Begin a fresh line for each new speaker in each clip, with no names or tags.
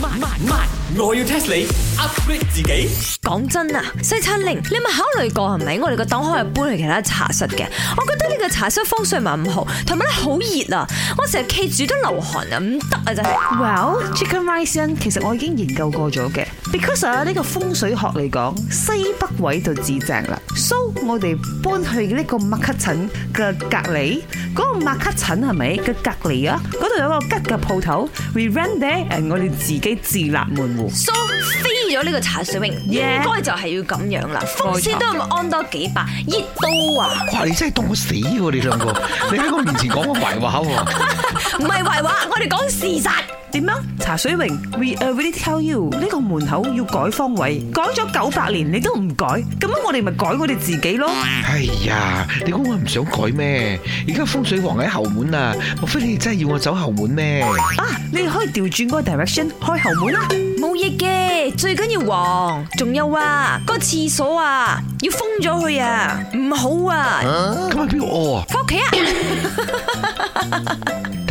慢慢，我要 test 你 upgrade 自己。
講真啊，西餐令，你有冇考慮過係咪？我哋個檔可以搬去其他茶室嘅。我覺得呢個茶室風水唔係咁好，同埋咧好熱啊！我成日企住都流汗啊，唔得啊真係。
Well, chicken rice in 其實我已經研究過咗嘅，because 啊呢個風水學嚟講，西北位就至正啦。So 我哋搬去呢個麥克診嘅隔離，嗰、個麥克診係咪嘅隔離啊？嗰度有個吉嘅鋪頭，we rent there，and 我哋自己自立門戶。
So 飛咗呢個茶水泳，應
Yeah
該就係要咁樣啦。風扇都有冇安多幾百？熱到啊！
哇！你真係當我死喎，你兩個，你喺我面前講我壞話喎。
唔係壞話，我哋講事實。
點啊？茶水榮，we already tell you 呢個門口要改方位，改咗九百年你都唔改，咁樣我哋咪改我哋自己咯。
哎呀，你估我唔想改咩？而家風水王喺後門啊，莫非你真係要我走後門咩？
啊，你可以調轉嗰個 direction 開後門啦。
冇嘢嘅，最緊要黃。仲有啊，個廁所啊，要封咗佢啊，唔好啊，
今日邊度屙啊？
翻屋企啊！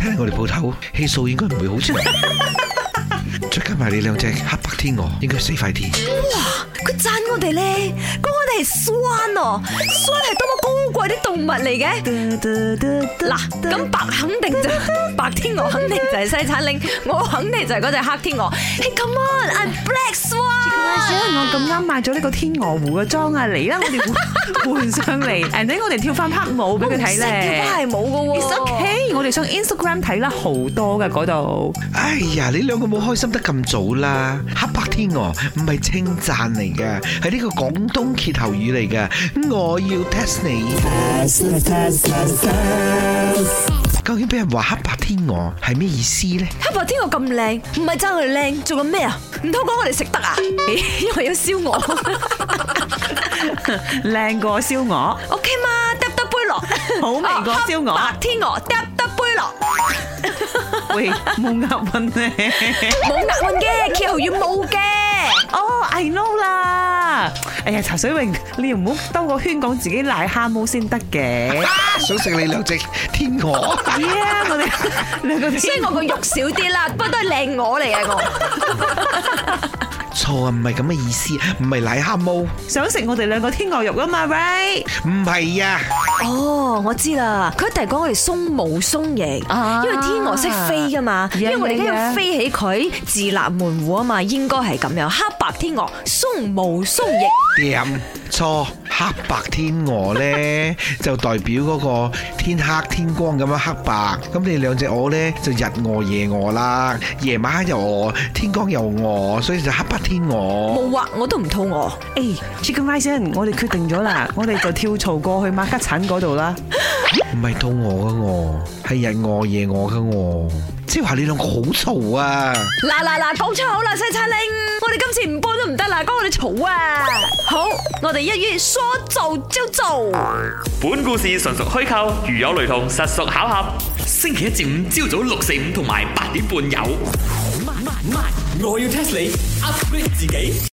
睇嚟我哋鋪頭氣數應該唔會好差。再加埋你兩隻黑白天鵝，應該死快啲。
佢讚我哋咧，講我哋係 swan 哦，swan 係多麼高貴啲動物嚟嘅。嗱，咁白肯定就白天鵝肯定就係西產令，我肯定就係嗰隻黑天鵝。Hey come on，I'm black swan。
我咁啱買咗呢個天鵝湖嘅裝啊，嚟啦，我哋換 換上嚟，and then 我哋跳翻黑舞俾佢
哦
睇咧。
係冇嘅喎。
It's OK，我哋上 Instagram 睇啦，好多嘅嗰度。
哎呀，你兩個冇開心得咁早啦！黑白天鵝唔係稱讚嚟嘅，係呢個廣東歇後語嚟嘅。我要 test 你。究竟俾人話黑白天鵝係咩意思呢？
黑白天鵝咁靚，唔係爭佢靚，做緊咩啊？唔通講我哋食得 啊？咦因為有燒鵝
靚過燒鵝，
，OK 嘛？嗒得杯落，
好味過
哦
燒 鵝
黑白天鵝嗒得杯落，
喂，冇押韻咧。
冇押韻嘅，歇後語冇嘅。
哦，I know 啦。哎呀，茶水榮，你又唔好兜個圈講自己賴蝦毛先得嘅。
啊想食你兩隻天 鵝。
Yeah，我哋兩個
雖
天
然我個肉少啲 啦，不過都係靚鵝嚟嘅我。
錯啊，唔係咁嘅意思，唔係癞蛤蟆，唔
想食我哋兩個天鵝肉啊嘛，right？
係啊。
哦，我知啦，佢一定係講我哋鬆毛鬆翼，
啊
因為天鵝識飛噶嘛，因
Yeah,
為我哋而家
yeah,
要
yeah
飛起佢自立門戶啊嘛，應該係咁樣。黑白天鵝鬆毛鬆翼，
掂錯黑白天鵝呢，就代表嗰個天黑天光咁樣黑白，咁你兩隻鵝呢，就日餓夜餓啦，夜晚黑又餓，天光又餓，所以就黑白天鵝。
冇啊，我都唔肚餓。
誒，Chicken Rice，我哋決定咗啦，我哋就跳槽過去馬吉產嗰度啦。
唔係肚餓嘅餓，係日餓夜餓嘅餓，即係話你兩個好嘈啊！
嗱嗱嗱，講出口啦，西餐拎，我哋今次唔搬都唔得啦，講我哋嘈啊！好，我哋一於說做就做。
本故事純屬虛構，如有雷同，實屬巧合。星期一至五朝早六四五同埋八點半有。
慢慢，我要 test 你 upgrade 自己。